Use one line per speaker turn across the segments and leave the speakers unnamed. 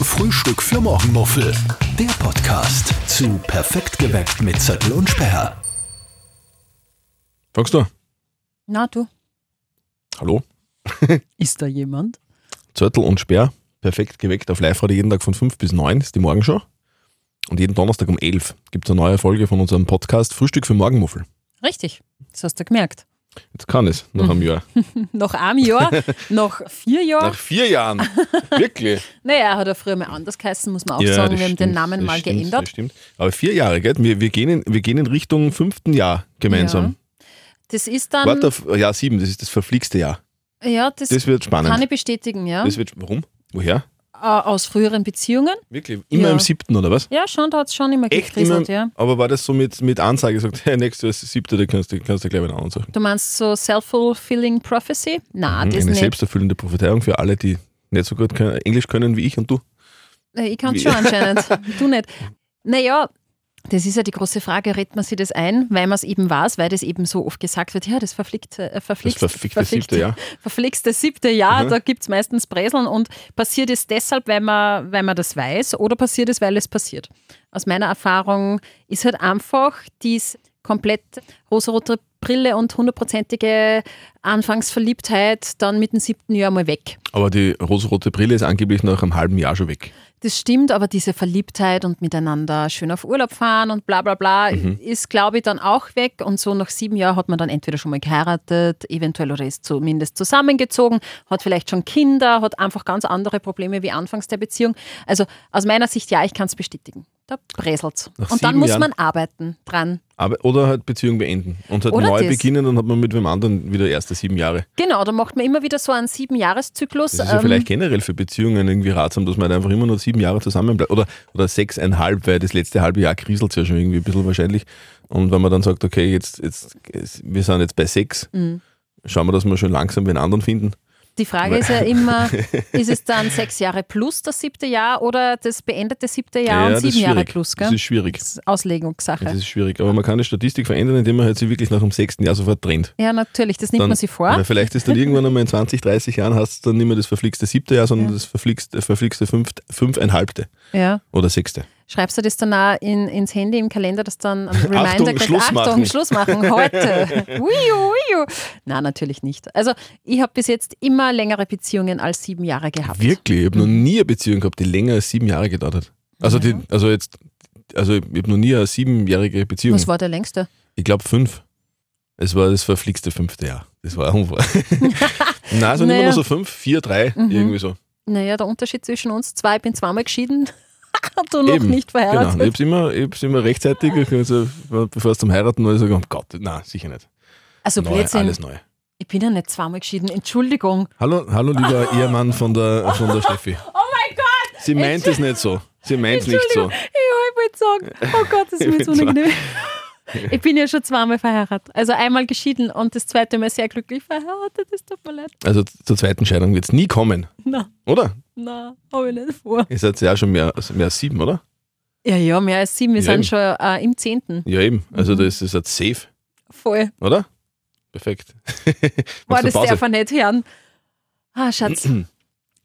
Frühstück für Morgenmuffel. Der Podcast zu Perfekt geweckt mit Zettel und Sperr.
Sagst du?
Na du,
Hallo?
ist da jemand?
Zörtel und Sperr, perfekt geweckt auf Live-Radio jeden Tag von 5 bis 9, ist die Morgenshow. Und jeden Donnerstag um 11 gibt es eine neue Folge von unserem Podcast Frühstück für Morgenmuffel.
Richtig, das hast du gemerkt.
Jetzt kann es, nach
Mhm.
einem Jahr.
Nach einem Jahr, nach vier Jahren.
Nach vier Jahren. Wirklich.
Naja, hat er früher mal anders geheißen, muss man auch sagen. Wir haben den Namen
das
mal
stimmt, Das
geändert.
stimmt. Aber vier Jahre, gell? Wir, wir, gehen in, wir gehen in Richtung fünften Jahr gemeinsam.
Das ist dann,
Warte auf Jahr sieben, das ist das verflixte Jahr.
ja, das,
Das wird spannend.
kann ich bestätigen, ja.
Das wird, warum? Woher?
Äh, aus früheren Beziehungen.
Wirklich? Immer
Ja.
im siebten oder was?
Ja, schon, da hat es schon immer
Echt immer,
gekriselt, ja.
aber war das so mit, mit Ansage gesagt, hey, nächstes siebte, da kannst du kannst du gleich wieder ansuchen.
Du meinst so Self-Fulfilling Prophecy? Na, das
Eine
nicht.
selbsterfüllende Prophezeiung für alle, die nicht so gut können, Englisch können wie ich und du.
Äh, Ich kann
Wie-
es schon anscheinend. du nicht. Naja, das ist ja die große Frage, redet man sich das ein, weil man es eben weiß, weil das eben so oft gesagt wird, ja, das verflickte, äh,
Das
verflixt,
verfickte
verflixt-
siebte Jahr.
verflixte siebte Jahr,
Mhm.
da gibt es meistens Breseln und passiert es deshalb, weil man, weil man das weiß oder passiert es, weil es passiert. Aus meiner Erfahrung ist halt einfach dies komplett rosarote Brille und hundertprozentige Anfangsverliebtheit dann mit dem siebten Jahr mal weg.
Aber die rosarote Brille ist angeblich nach einem halben Jahr schon weg.
Das stimmt, aber diese Verliebtheit und miteinander schön auf Urlaub fahren und bla bla bla
Mhm.
ist, glaube ich, dann auch weg. Und so nach sieben Jahren hat man dann entweder schon mal geheiratet, eventuell oder ist zumindest zusammengezogen, hat vielleicht schon Kinder, hat einfach ganz andere Probleme wie anfangs der Beziehung. Also aus meiner Sicht, ja, ich kann es bestätigen. Da bräselt's.
Nach
Und dann
sieben
muss
Jahren-
man arbeiten dran.
Aber, oder halt Beziehung beenden und halt
Oder
neu
das.
beginnen, dann hat man mit wem anderen wieder erste sieben Jahre.
Genau, da macht man immer wieder so einen Siebenjahreszyklus.
Das ist ja
ähm,
vielleicht generell für Beziehungen irgendwie ratsam, dass man halt einfach immer nur sieben Jahre zusammenbleibt. Oder, oder sechseinhalb, weil das letzte halbe Jahr kriselt ja schon irgendwie ein bisschen wahrscheinlich. Und wenn man dann sagt, okay, jetzt, jetzt wir sind jetzt bei sechs,
Mhm.
schauen wir, dass wir schon langsam den anderen finden.
Die Frage ist ja immer, ist es dann sechs Jahre plus das siebte Jahr oder das beendete siebte Jahr und
das ist
sieben Jahre
schwierig.
plus, gell?
Das ist schwierig.
Das ist Auslegungssache.
Das ist schwierig. Aber man kann die Statistik verändern, indem man halt sie wirklich nach dem sechsten Jahr sofort trennt.
ja, natürlich, das nimmt
Dann-
man sich vor.
Weil vielleicht ist dann irgendwann einmal in 20, 30 Jahren hast du dann nicht mehr das verflixte siebte Jahr, sondern das verflixte, verflixte fünft, fünfeinhalbte
Ja.
oder sechste.
Schreibst du das dann auch in, ins Handy, im Kalender, dass dann ein Reminder
Achtung,
kriegt,
Schluss
Achtung,
machen."
Schluss machen, heute. Uiu, uiu. Nein, natürlich nicht. Also ich habe bis jetzt immer längere Beziehungen als sieben Jahre gehabt.
Wirklich? Ich habe noch
Mhm.
nie eine Beziehung gehabt, die länger als sieben Jahre gedauert hat. Also, die, also jetzt, also ich habe noch nie eine siebenjährige Beziehung.
Was war der längste?
Ich glaube fünf. Es war das verflixte fünfte Jahr. Das war ein Unfall. Nein, es waren immer
Naja. Mhm.
nur so fünf, vier, drei, irgendwie so.
Naja, der Unterschied zwischen uns zwei, ich bin zweimal geschieden. Du noch
Eben,
nicht
Genau,
verheiratet.
ich hab's immer, ich hab's immer rechtzeitig, also, bevor es zum Heiraten war, ich sage, oh Gott, nein, sicher nicht.
also
Neu,
Blödsinn,
alles neu.
ich bin ja nicht zweimal geschieden. Entschuldigung.
Hallo, hallo lieber Ehemann von der, von der Steffi.
Oh mein Gott!
Sie meint es nicht so. Sie meint es nicht so.
Entschuldigung, ich wollte sagen, oh Gott, das ist mir jetzt unangenehm. Ich bin ja schon zweimal verheiratet. Also einmal geschieden und das zweite Mal sehr glücklich verheiratet. Das tut mir leid.
Also zur zweiten Scheidung wird's nie kommen,
Nein,
oder?
nein, habe ich nicht vor.
Ihr seid ja auch schon mehr, also mehr als sieben, oder?
Ja, ja, mehr als sieben. Wir
Ja, eben.
sind schon äh, im Zehnten.
Ja, eben. Also das ist jetzt safe,
Voll.
oder? Perfekt.
Boah,
Machst du
das darf er nicht hören. Ah, Schatz.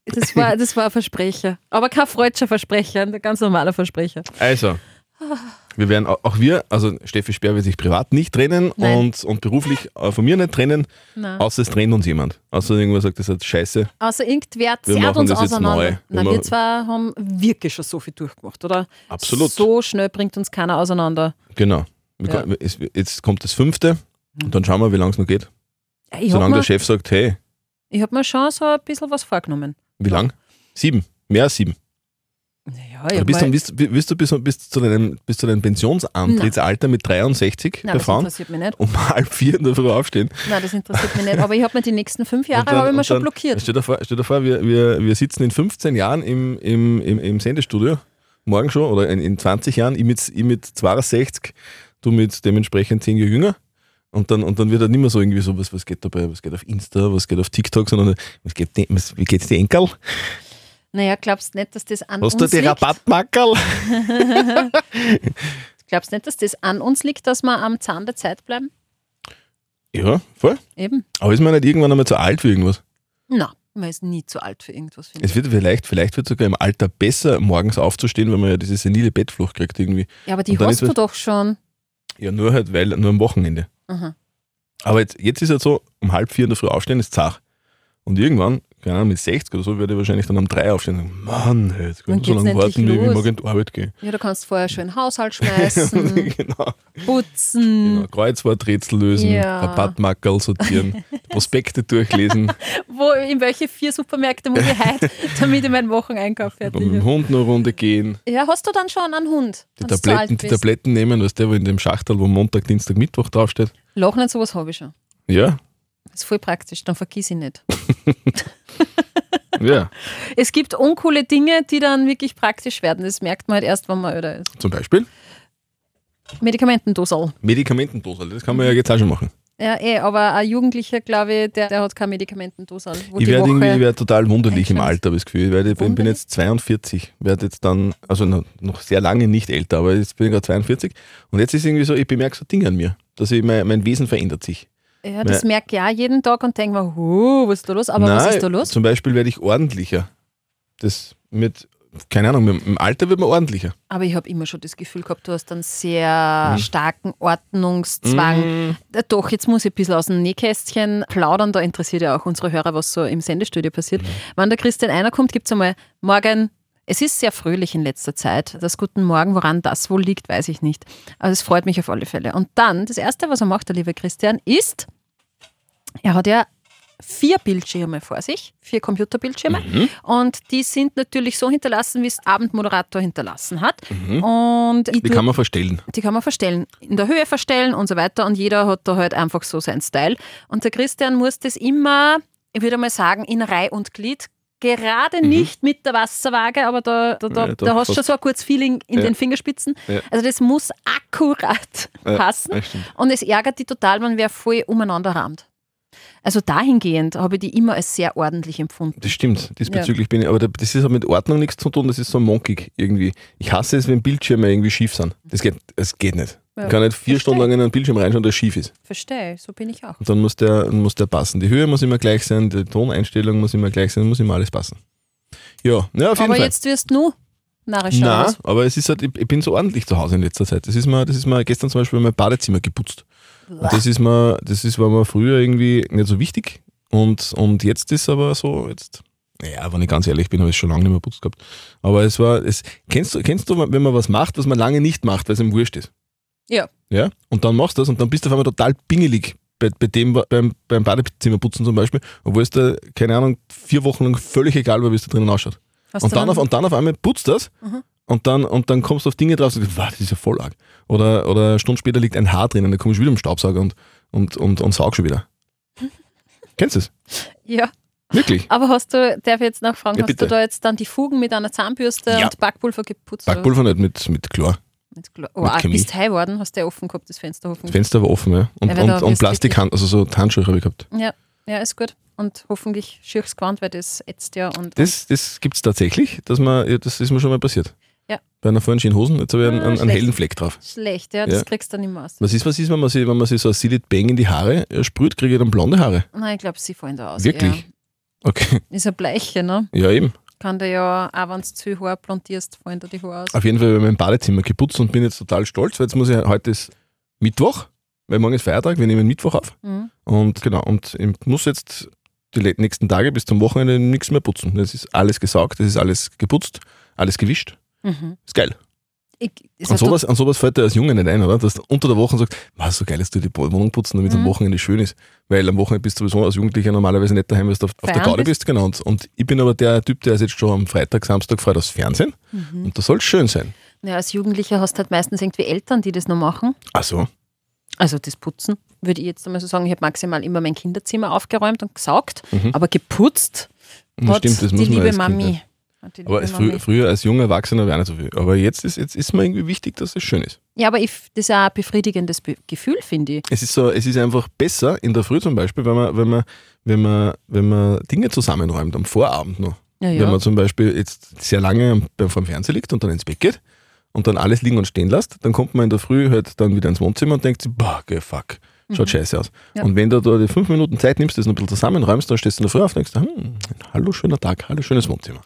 Das war, das war ein Versprecher. Aber kein freudscher Versprecher, ein ganz normaler Versprecher.
Also, wir werden au- auch wir, also Steffi Speer wird sich privat nicht trennen
Nein. Ah.
und, und beruflich äh, von mir nicht trennen,
Nein.
außer es trennt uns jemand. Außer irgendwer sagt, das ist scheiße.
Außer Also irgendwer
Wir
zerrt
machen
uns
das jetzt
auseinander.
neu. Wir
Nein, wir
machen-
zwei haben wirklich schon so viel durchgemacht, oder?
Absolut.
So schnell bringt uns keiner auseinander.
Genau. Wir
Ja.
ko- es- Jetzt kommt das fünfte und dann schauen wir, wie lange es noch geht.
Ich habe
Solange der
mir,
Chef sagt, hey,
ich hab mir schon so ein bisschen was vorgenommen.
wie lang? Sieben. Mehr als sieben.
Naja,
Du bist, dann, bist, bist du bis, bis, zu deinem, bis zu deinem Pensionsantrittsalter mit 63
Nein,
bei
das
Frauen
interessiert mich nicht.
um halb vier in der Früh aufstehen.
Nein, das interessiert mich nicht. Aber ich habe mir die nächsten fünf Jahre
Und dann-
habe ich mir
und
schon
dann-
blockiert.
Stell dir vor, stell dir vor wir, wir, wir sitzen in 15 Jahren im, im, im, im Sendestudio, morgen schon, oder in, in 20 Jahren, ich mit, ich mit 62, du mit dementsprechend 10 Jahre jünger. Und dann, und dann wird halt nicht mehr so irgendwie so, was, was geht dabei, was geht auf Insta, was geht auf TikTok, sondern was geht, die- was, wie geht's dir Enkel?
Naja, glaubst nicht, dass das an
Hast du
uns
die
liegt?
Rabattmackerl?
Glaubst nicht, dass das an uns liegt, dass wir am Zahn der Zeit bleiben?
Ja, voll.
Eben.
Aber ist man nicht irgendwann einmal zu alt für irgendwas?
Na, man ist nie zu alt für irgendwas, finde
Es
ich.
wird vielleicht, vielleicht wird sogar im Alter besser, morgens aufzustehen, wenn man ja diese senile Bettflucht kriegt irgendwie.
Ja, aber die
und dann
hast
ist es-
du doch schon.
Ja, nur halt, weil nur am Wochenende.
Aha.
Aber jetzt, jetzt ist halt so, um halb vier in der Früh aufstehen ist zach. Und irgendwann, keine Ahnung, mit 60 oder so, werde ich wahrscheinlich dann um drei aufstehen und sagen, Mann, ey, jetzt können
Wann
wir so
geht's
lange
endlich
warten, ich will
los?
morgen in die Arbeit gehen.
Ja, du kannst vorher schön Haushalt schmeißen,
genau,
putzen,
genau. Kreuzworträtsel lösen,
Mhm. Ja.
Rabattmackerl sortieren, Prospekte durchlesen,
wo, in welche vier Supermärkte muss ich heute, damit ich meinen Wocheneinkauf
mit
fertig
dem
habe.
Hund eine Runde gehen,
Ja, hast du dann schon einen Hund?
Mhm.
wenn
die
du zu
Tabletten,
alt
die
bist?
Tabletten nehmen, weißt du, wo in dem Schachtel, wo Montag, Dienstag, Mittwoch draufsteht.
Loch nicht, sowas habe ich schon.
Ja,
ist voll praktisch, dann vergiss ich nicht.
ja,
Es gibt uncoole Dinge, die dann wirklich praktisch werden. Das merkt man halt erst, wenn man öder ist.
zum Beispiel.
Medikamentendosal.
Medikamentendosal, das kann man ja jetzt auch schon machen.
Ja, eh, aber ein Jugendlicher, glaube ich, der, der hat kein Medikamentendosal. Wo
ich
die
werde
Woche,
irgendwie ich werde total wunderlich im
einschränkt.
Alter, habe ich das Gefühl. Ich werde, ich bin
Wunderlich?
jetzt 42, werde jetzt dann, also noch, noch sehr lange nicht älter, aber jetzt bin ich gerade 42. Und jetzt ist irgendwie so, ich bemerke so Dinge an mir, dass ich mein, mein Wesen verändert sich.
ja, das merke ich auch jeden Tag und denke mir, huh, was ist da los? Aber was
Nein,
ist da los?
Zum Beispiel werde ich ordentlicher. Das mit, keine Ahnung, mit, im Alter wird man ordentlicher.
Aber ich habe immer schon das Gefühl gehabt, du hast einen sehr starken Ordnungszwang. Äh, Doch, jetzt muss ich ein bisschen aus dem Nähkästchen plaudern. Da interessiert ja auch unsere Hörer, was so im Sendestudio passiert. Wenn der Christian einer kommt, gibt es einmal morgen. Es ist sehr fröhlich in letzter Zeit. Das Guten Morgen, woran das wohl liegt, weiß ich nicht. Aber es freut mich auf alle Fälle. Und dann, das Erste, was er macht, der liebe Christian, ist, er hat ja vier Bildschirme vor sich, vier Computerbildschirme.
Mhm.
Und die sind natürlich so hinterlassen, wie es Abendmoderator hinterlassen hat. Und ich
Mhm. Die
tu-
kann man verstellen.
die kann man verstellen, in der Höhe verstellen und so weiter. Und jeder hat da halt einfach so seinen Style. Und der Christian muss das immer, ich würde mal sagen, in Reih und Glied. Gerade nicht mit der Wasserwaage, aber da, da, da,
Mhm. Ja, doch,
da hast du schon
fast.
so ein gutes Feeling in
Ja.
den Fingerspitzen.
Ja.
Also das muss akkurat passen.
Ja, stimmt.
Und es ärgert die total, wenn wer voll umeinander rahmt. Also dahingehend habe ich die immer als sehr ordentlich empfunden.
Das stimmt, diesbezüglich bin ich, aber da- das ist hat mit Ordnung nichts zu tun, das ist so monkig irgendwie. Ich hasse es, wenn Bildschirme irgendwie schief sind. Das geht, das geht nicht.
Ja,
Ich kann nicht vier
verstehe.
Stunden lang in einen Bildschirm reinschauen, der schief ist.
Verstehe, so bin ich auch.
Und dann muss der, dann muss der passen. Die Höhe muss immer gleich sein, die Toneinstellung muss immer gleich sein, muss immer alles passen. Ja, ja auf jeden
Aber
Fall.
jetzt wirst du narrisch
Na,
aus.
aber es ist halt, ich, ich bin so ordentlich zu Hause in letzter Zeit. Das ist mal, das ist mal gestern zum Beispiel mein Badezimmer geputzt. Und das ist mal, das ist, war mir früher irgendwie nicht so wichtig. Und, und jetzt ist aber so, jetzt, naja, wenn ich ganz ehrlich bin, habe ich schon lange nicht mehr putzt gehabt. Aber es war, es, kennst du, kennst du, wenn man was macht, was man lange nicht macht, weil es ihm wurscht ist?
Ja.
Ja? Und dann machst du das und dann bist du auf einmal total pingelig. Bei, bei dem, beim, beim Badezimmerputzen zum Beispiel, obwohl es da, keine Ahnung, vier Wochen lang völlig egal war, wie es da drinnen ausschaut.
Hast
Und
du
dann, auf, und dann auf einmal putzt das
Mhm.
und, dann, und dann kommst du auf Dinge drauf und sagst, wow, das ist ja voll arg. Oder, oder eine Stunde später liegt ein Haar drin und dann kommst du wieder mit dem Staubsauger und, und, und, und saug schon wieder. Kennst du es?
ja.
Wirklich?
Aber hast du, darf ich jetzt nachfragen,
Ja,
hast
bitte.
du da jetzt dann die Fugen mit einer Zahnbürste
Ja.
und Backpulver geputzt?
Backpulver nicht mit, mit Chlor.
Oder? Oh, ah,
Chemie.
bist high geworden, hast du ja offen gehabt, das Fenster
Das
hoffentlich.
Fenster war offen, ja. Und,
Ja, weil da
und, und
wirst
Plastikhand, also so Handschuhe habe ich gehabt.
Ja, ja, ist gut. Und hoffentlich schürchs Gewand, weil das ätzt ja. Und,
Das, das gibt es tatsächlich, dass man, ja, das ist mir schon mal passiert.
Ja.
Bei einer vollen Hosen, jetzt habe ich einen,
Ah,
einen, einen
schlecht.
hellen Fleck drauf.
schlecht, ja, das
Ja.
kriegst du dann nicht mehr aus.
Was ist, was ist, wenn man sich, wenn man sich so ein Silit Bang in die Haare äh, sprüht, kriege ich dann blonde Haare.
Nein, ich glaube, sie fallen da aus.
Wirklich?
Ja.
Okay.
Ist ein Bleiche, ne?
Ja, eben.
Kann der ja, auch wenn du zu viel Haar blondierst, fallen da die Haare aus.
Auf jeden Fall habe ich mein Badezimmer geputzt und bin jetzt total stolz, weil jetzt muss ich heute ist Mittwoch, weil morgen ist Feiertag, wir nehmen Mittwoch auf.
Mhm.
Und genau, und ich muss jetzt die le- nächsten Tage bis zum Wochenende nichts mehr putzen. Das ist alles gesaugt, das ist alles geputzt, alles gewischt.
Mhm.
Ist geil.
Ich, also ist
An
ja
sowas, an sowas fällt dir als Junge nicht ein, oder? Dass du unter der Woche sagst, was so geil, dass du die Wohnung putzen, damit es am
Mhm.
Wochenende schön ist. Weil am Wochenende bist du sowieso als Jugendlicher normalerweise nicht daheim, weil du auf, auf der
Feiern
Gaudi
bist.
bist. Genau. Und, und ich bin aber der Typ, der ist jetzt schon am Freitag, Samstag, Freitag aufs Fernsehen. Und das soll schön sein.
Ja, als Jugendlicher hast du halt meistens irgendwie Eltern, die das noch machen.
Ach so.
Also das Putzen würde ich jetzt einmal so sagen. Ich habe maximal immer mein Kinderzimmer aufgeräumt und gesaugt, aber geputzt
Ja,
hat
Mhm. stimmt, das
die
muss man
liebe
als Kind
Mami.
nicht.
Hat die
Aber
liebe
es frü
Mami.
früher als junger Erwachsener wäre nicht so viel. Aber jetzt ist, jetzt ist mir irgendwie wichtig, dass es schön ist.
Ja, aber ich, das ist auch ein befriedigendes Be Gefühl, finde ich.
Es ist, so, es ist einfach besser in der Früh zum Beispiel, wenn man, wenn man, wenn man, wenn man Dinge zusammenräumt, am Vorabend noch.
Ja,
Wenn
ja.
man zum Beispiel jetzt sehr lange am- beim- vor dem Fernseher liegt und dann ins Bett geht und dann alles liegen und stehen lässt, dann kommt man in der Früh halt dann wieder ins Wohnzimmer und denkt sich, boah, geh, fuck, Schaut scheiße aus.
Mhm. Ja.
Und wenn du da die fünf Minuten Zeit nimmst, das noch ein bisschen zusammenräumst, dann stehst du in der Früh auf und denkst, hm, hallo, schöner Tag, hallo, schönes Wohnzimmer.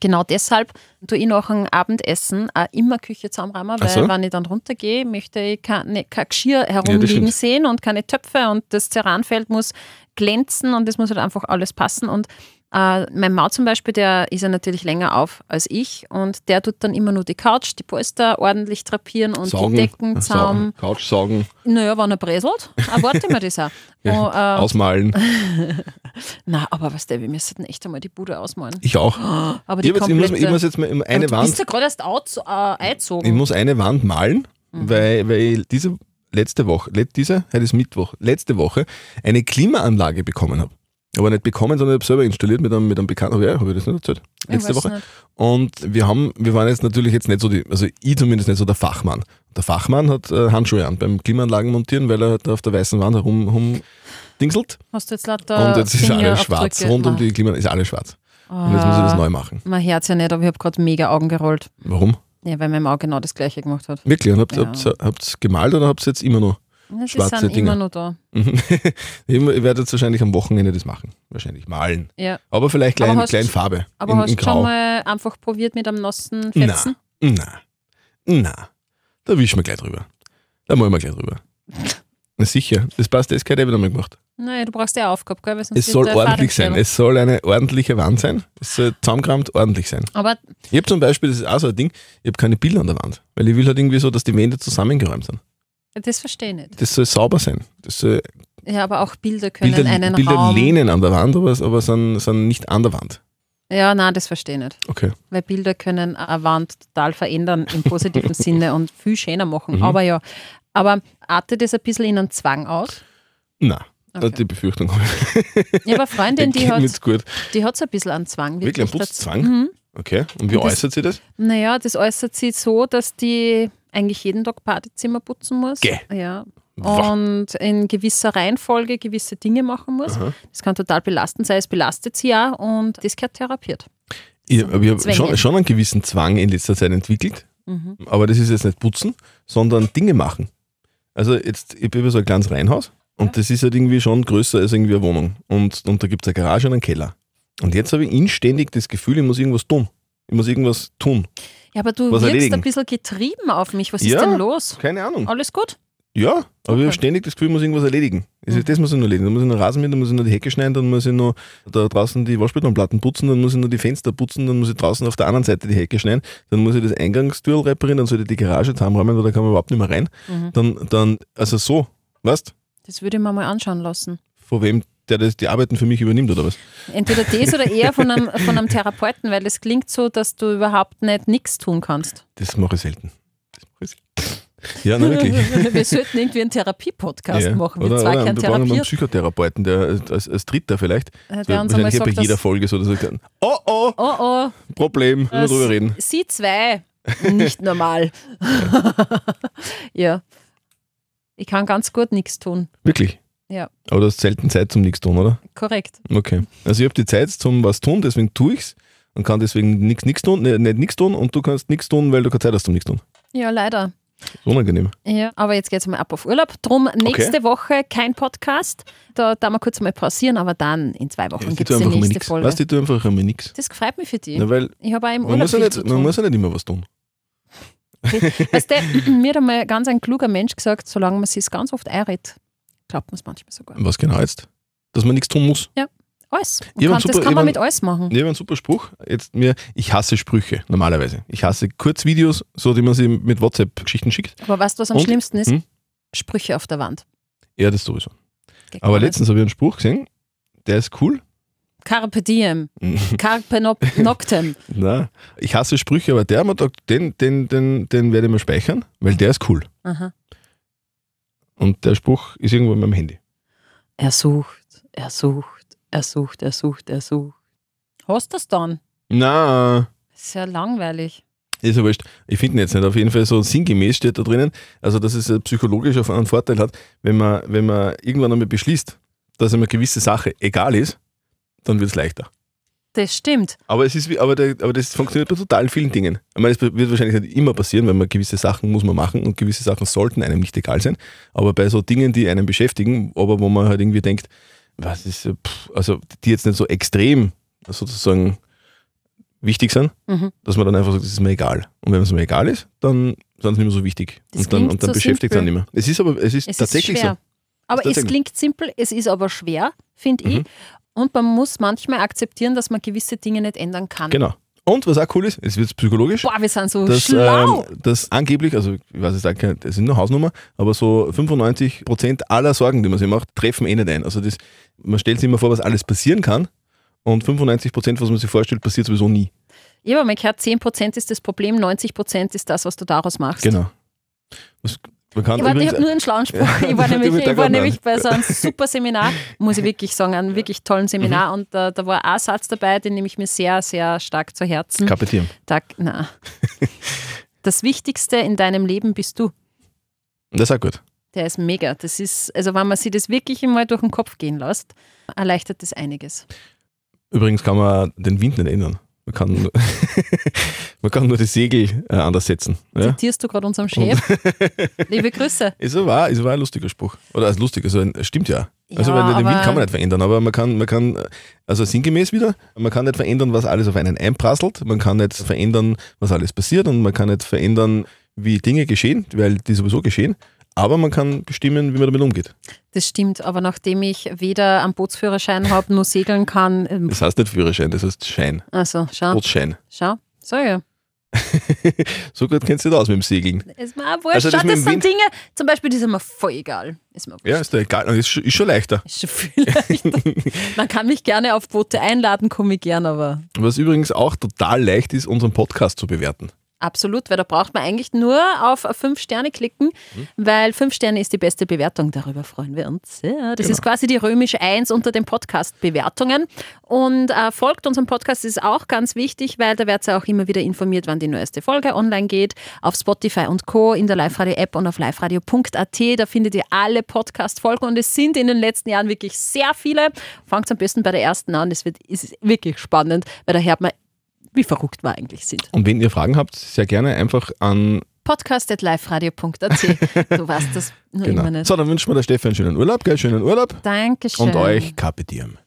Genau deshalb tue ich nach dem Abendessen auch immer Küche zusammenräumen, weil
Ach so.
wenn ich dann runtergehe, möchte ich keine- kein Geschirr herumliegen
stimmt.
sehen und keine Töpfe und das Terranfeld muss glänzen und es muss halt einfach alles passen und äh, mein Mau zum Beispiel, der ist ja natürlich länger auf als ich und der tut dann immer nur die Couch, die Polster ordentlich drapieren und
Saugen, Äh,
die Decken, Zaum.
saugen, Couch saugen,
Naja, wenn er bräselt, erwarte ich mir das auch. Oh, äh,
ausmalen.
na, aber was der, wir müssen echt einmal die Bude ausmalen.
Ich auch.
Ah, Aber die
Ich, hab jetzt, ich, muss,
komplette,
ich muss jetzt mal immer
Aber
eine
du
Wand
bist ja gerade erst out, äh,
Ich
eingezogen.
muss eine Wand malen,
Mhm.
weil, weil ich diese letzte Woche, let- diese, heute ist Mittwoch, letzte Woche eine Klimaanlage bekommen habe. Aber nicht bekommen, sondern ich habe selber installiert mit einem, mit einem Bekannten. Oh ja, habe ich das nicht erzählt? Letzte
weiß
Woche.
nicht.
Und wir haben, wir waren jetzt natürlich jetzt nicht so die, also ich zumindest nicht so der Fachmann. Der Fachmann hat äh, Handschuhe an beim Klimaanlagen montieren, weil er halt auf der weißen Wand herum herum dingselt.
Hast du jetzt lauter
und jetzt ist alles schwarz.
Fingerabdrücke?
Rund um
Ma-
die Klimaanlage ist alles schwarz. Und
Ah.
jetzt muss ich das neu machen.
Mein Herz ja nicht, aber ich habe gerade mega Augen gerollt.
Warum?
Ja, weil mein Mau genau das gleiche gemacht hat.
Wirklich? Und habt ihr
Ja.
habt's, habt's gemalt oder habt ihr jetzt immer noch?
Ja, Die
Schwarze
sind
Dinger.
immer nur da.
Ich werde jetzt wahrscheinlich am Wochenende das machen. Wahrscheinlich malen.
Ja.
Aber vielleicht
Aber
klein,
hast-
klein Farbe.
Aber
in,
hast
in
du schon
Grau.
mal einfach probiert mit einem nassen
Na.
Fetzen?
Na, na. Da wischen wir gleich drüber. Da malen wir gleich drüber. Na sicher, das passt, das hätte ich wieder mal gemacht.
Nein, du brauchst ja eine Aufgabe, gell? weil sonst
Es
wird
soll
der
ordentlich
Faden
sein. Es soll eine ordentliche Wand sein. Es soll zusammengerammt ordentlich sein.
kleber. Aber
Ich habe zum Beispiel, das ist auch so ein Ding, ich habe keine Bilder an der Wand. Weil ich will halt irgendwie so, dass die Wände zusammengeräumt sind.
das verstehe ich nicht.
Das soll sauber sein. Das soll
Ja, aber auch Bilder können
Bilder,
einen
Bilder
Raum...
lehnen an der Wand, aber, aber sind, sind nicht an der Wand.
Ja, nein, das verstehe ich nicht.
Okay.
Weil Bilder können eine Wand total verändern im positiven Sinne und viel schöner machen.
Mhm.
Aber ja, aber artet das ein bisschen in einen Zwang aus?
Na,
Okay.
die Befürchtung habe ich.
Ja, aber Freundin, die hat
geht's gut.
Die hat so ein bisschen einen Zwang.
Wirklich einen
dazu.
Putzzwang?
Mhm.
Okay. Und wie
Und das-
äußert sich das?
Naja, das äußert sich so, dass die eigentlich jeden Tag Partyzimmer putzen muss.
Geh.
Ja.
Wow.
Und in gewisser Reihenfolge gewisse Dinge machen muss.
Aha.
Das kann total belastend sein, es belastet sie ja und das gehört therapiert.
Ich, aber ich habe
Zwänge.
schon, schon einen gewissen Zwang in letzter Zeit entwickelt.
Mhm.
Aber das ist jetzt nicht putzen, sondern Dinge machen. Also jetzt, ich habe so ein kleines Reihenhaus und das ist halt irgendwie schon größer als irgendwie eine Wohnung. Und, und da gibt es eine Garage und einen Keller. Und jetzt habe ich inständig das Gefühl, ich muss irgendwas tun. Ich muss irgendwas tun.
Ja, aber du
Was
wirkst
erledigen.
ein bisschen getrieben auf mich. Was
Ja.
ist denn los?
Keine Ahnung.
Alles gut?
Ja, aber ich
Okay.
habe ständig das Gefühl, ich muss irgendwas erledigen. Das,
Mhm.
das muss ich noch erledigen. Dann muss ich noch Rasen mähen, dann muss ich noch die Hecke schneiden, dann muss ich noch da draußen die Waschbetonplatten putzen, dann muss ich noch die Fenster putzen, dann muss ich draußen auf der anderen Seite die Hecke schneiden, dann muss ich das Eingangstür reparieren, dann sollte ich die Garage zusammenräumen, weil da kann man überhaupt nicht mehr rein.
Mhm.
Dann, dann, also so, weißt
Das würde ich mir mal anschauen lassen.
vor wem der das, die Arbeiten für mich übernimmt oder was?
Entweder das oder eher von einem, von einem Therapeuten, weil es klingt so, dass du überhaupt nicht nichts tun kannst.
Das mache ich selten. Das mache ich selten. Ja, na wirklich.
Wir sollten irgendwie einen Therapie-Podcast
Ja.
machen. Wir
Oder,
zwei
oder wir
keinen
brauchen einen
Therapier,
Psychotherapeuten, der als, als Dritter vielleicht,
äh,
der
der uns einmal
wahrscheinlich
sagt,
bei jeder
dass,
Folge so, dass er sagt, oh oh,
oh oh,
Problem, müssen wir
das-
drüber reden.
Sie zwei, nicht normal. ja. Ich kann ganz gut nichts tun.
Wirklich?
Ja.
Aber du hast selten Zeit zum nichts tun, oder?
Korrekt.
Okay. Also ich habe die Zeit zum was tun, deswegen tue ich's und kann deswegen nichts nix tun, ne, nicht nichts tun und du kannst nichts tun, weil du keine Zeit hast zum nichts tun.
Ja, leider.
Ist unangenehm.
Ja, aber jetzt geht's mal ab auf Urlaub. Drum nächste Woche kein Podcast. Da da mal kurz mal pausieren, aber dann in zwei Wochen gibt's die
mal
nächste
nichts.
Folge.
Weißt du, ich tue einfach einmal nichts.
das freut mich für dich.
Na, weil
ich habe auch im
man
Urlaub
muss, ja
viel zu
nicht, man
tun.
muss ja nicht immer was tun.
Weißt du, mir hat einmal ganz ein kluger Mensch gesagt, solange man sich ganz oft einredet, glaubt man es manchmal sogar.
Was genau jetzt? Dass man nichts tun muss.
Alles. Man
Ja,
kann,
aber super,
das kann man
ich mein-
mit alles machen.
Ich habe einen super Spruch. Jetzt mir, ich hasse Sprüche normalerweise. Ich hasse Kurzvideos, so die man sich mit WhatsApp-Geschichten schickt.
Aber weißt du, was am
Und?
schlimmsten ist?
Hm?
Sprüche auf der Wand.
Ja, das sowieso.
Geht
Aber
gar nicht.
letztens habe ich einen Spruch gesehen, der ist cool.
Carpe
Hm.
diem, carpe no noctem.
Na, ich hasse Sprüche, aber der hat mir gedacht, den, den, den, den werde ich mir speichern, weil der ist cool.
Aha.
Und der Spruch ist irgendwo in meinem Handy.
Er sucht, er sucht, er sucht, er sucht, er sucht. Hast du das dann?
Na,
Sehr langweilig.
ist ja wurscht. Ich finde ihn jetzt nicht. Auf jeden Fall so sinngemäß steht da drinnen, also dass es äh, psychologisch auf einen Vorteil hat, wenn man, wenn man irgendwann einmal beschließt, dass einem eine gewisse Sache egal ist, dann wird es leichter.
Das stimmt.
Aber, es ist wie, aber, der, aber das funktioniert bei total vielen Dingen. Ich meine, es wird wahrscheinlich nicht immer passieren, weil man gewisse Sachen muss man machen und gewisse Sachen sollten einem nicht egal sein. Aber bei so Dingen, die einen beschäftigen, aber wo man halt irgendwie denkt, was ist, äh, pff, also die jetzt nicht so extrem sozusagen wichtig sind,
Mhm.
dass man dann einfach sagt, das ist mir egal. Und wenn es mir egal ist, dann sind sie nicht mehr so wichtig.
Das
und dann,
klingt
und dann
so
beschäftigt es
simpel.
nicht mehr. Es ist aber, es ist
Es
tatsächlich
ist schwer.
so.
Aber
Ist
es
tatsächlich-
klingt simpel, es ist aber schwer, finde
Mhm.
ich. Und man muss manchmal akzeptieren, dass man gewisse Dinge nicht ändern kann.
Genau. Und was auch cool ist, es wird psychologisch.
Boah, wir sind so
dass, ähm,
Oh, schlau.
dass angeblich, also ich weiß jetzt auch keine, das sind nur Hausnummer, aber so 95% aller Sorgen, die man sich macht, treffen eh nicht ein. Also das, man stellt sich immer vor, was alles passieren kann und 95%, was man sich vorstellt, passiert sowieso nie.
Ja, aber man gehört, 10% ist das Problem, 90% ist das, was du daraus machst.
Genau. Was, man kann
Ich, war- ich
übrigens-
habe nur einen schlauen Spruch.
Ja,
ich war
das hat
nämlich,
mich da
ich war
gerade
nämlich bei so einem super Seminar, muss ich wirklich sagen, einem wirklich tollen Seminar.
Mhm.
Und äh, da war ein Satz dabei, den nehme ich mir sehr, sehr stark zu Herzen.
kapitieren.
Tag, na. Das Wichtigste in deinem Leben bist du.
Und Das ist auch gut.
Der ist mega. Das ist, also wenn man sich das wirklich einmal durch den Kopf gehen lässt, erleichtert das einiges.
Übrigens kann man den Wind nicht ändern. Man kann, man kann nur die Segel äh, anders setzen. Ja?
Zitierst du gerade unseren Chef? Liebe Grüße.
Ist so wahr, ist so wahr ein lustiger Spruch. Oder als lustig, also ein- es stimmt ja. Also
Ja,
weil den
aber-
Wind kann man nicht verändern, aber man kann, man kann, äh, also sinngemäß wieder, man kann nicht verändern, was alles auf einen einprasselt, man kann nicht verändern, was alles passiert und man kann nicht verändern, wie Dinge geschehen, weil die sowieso geschehen, aber man kann bestimmen, wie man damit umgeht.
Das stimmt, aber nachdem ich weder einen Bootsführerschein habe, noch segeln kann, ähm,
Das heißt nicht Führerschein, das heißt Schein,
also schau,
Bootsschein.
schau. So ja.
So gut kennst du dich aus mit dem Segeln.
Ist mir auch wurscht.
Also das
Schau,
mit
das sind
dem Wind-
Dinge, zum Beispiel, die sind mir voll egal. Ist mir wurscht.
Ja, ist doch egal, ist, schon- ist schon leichter.
Ist schon viel leichter. Man kann mich gerne auf Boote einladen, komme ich gern, aber
Was übrigens auch total leicht ist, unseren Podcast zu bewerten.
absolut, weil da braucht man eigentlich nur auf fünf Sterne klicken, weil fünf Sterne ist die beste Bewertung. Darüber freuen wir uns sehr. Das ist quasi die römische Eins unter den Podcast-Bewertungen. Und äh, folgt unserem Podcast, das ist auch ganz wichtig, weil da werdet ihr auch immer wieder informiert, wann die neueste Folge online geht. Auf Spotify und Co., in der Live-Radio-App und auf liveradio.at. Da findet ihr alle Podcast-Folgen und es sind in den letzten Jahren wirklich sehr viele. Fangt am besten bei der ersten an, das wird, es ist wirklich spannend, weil da hört man, wie verrückt wir eigentlich sind
Und wenn ihr Fragen habt, sehr gerne einfach an
podcast.liferadio.at. Du weißt das nur immer
Genau.
nicht.
So, dann wünschen wir der Steffi einen schönen Urlaub, gell? Schönen Urlaub.
Dankeschön.
Und euch kapitieren.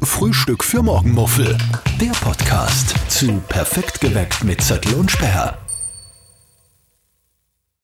Frühstück für Morgenmuffel. Der Podcast zu Perfekt geweckt mit Zettel und Sperr.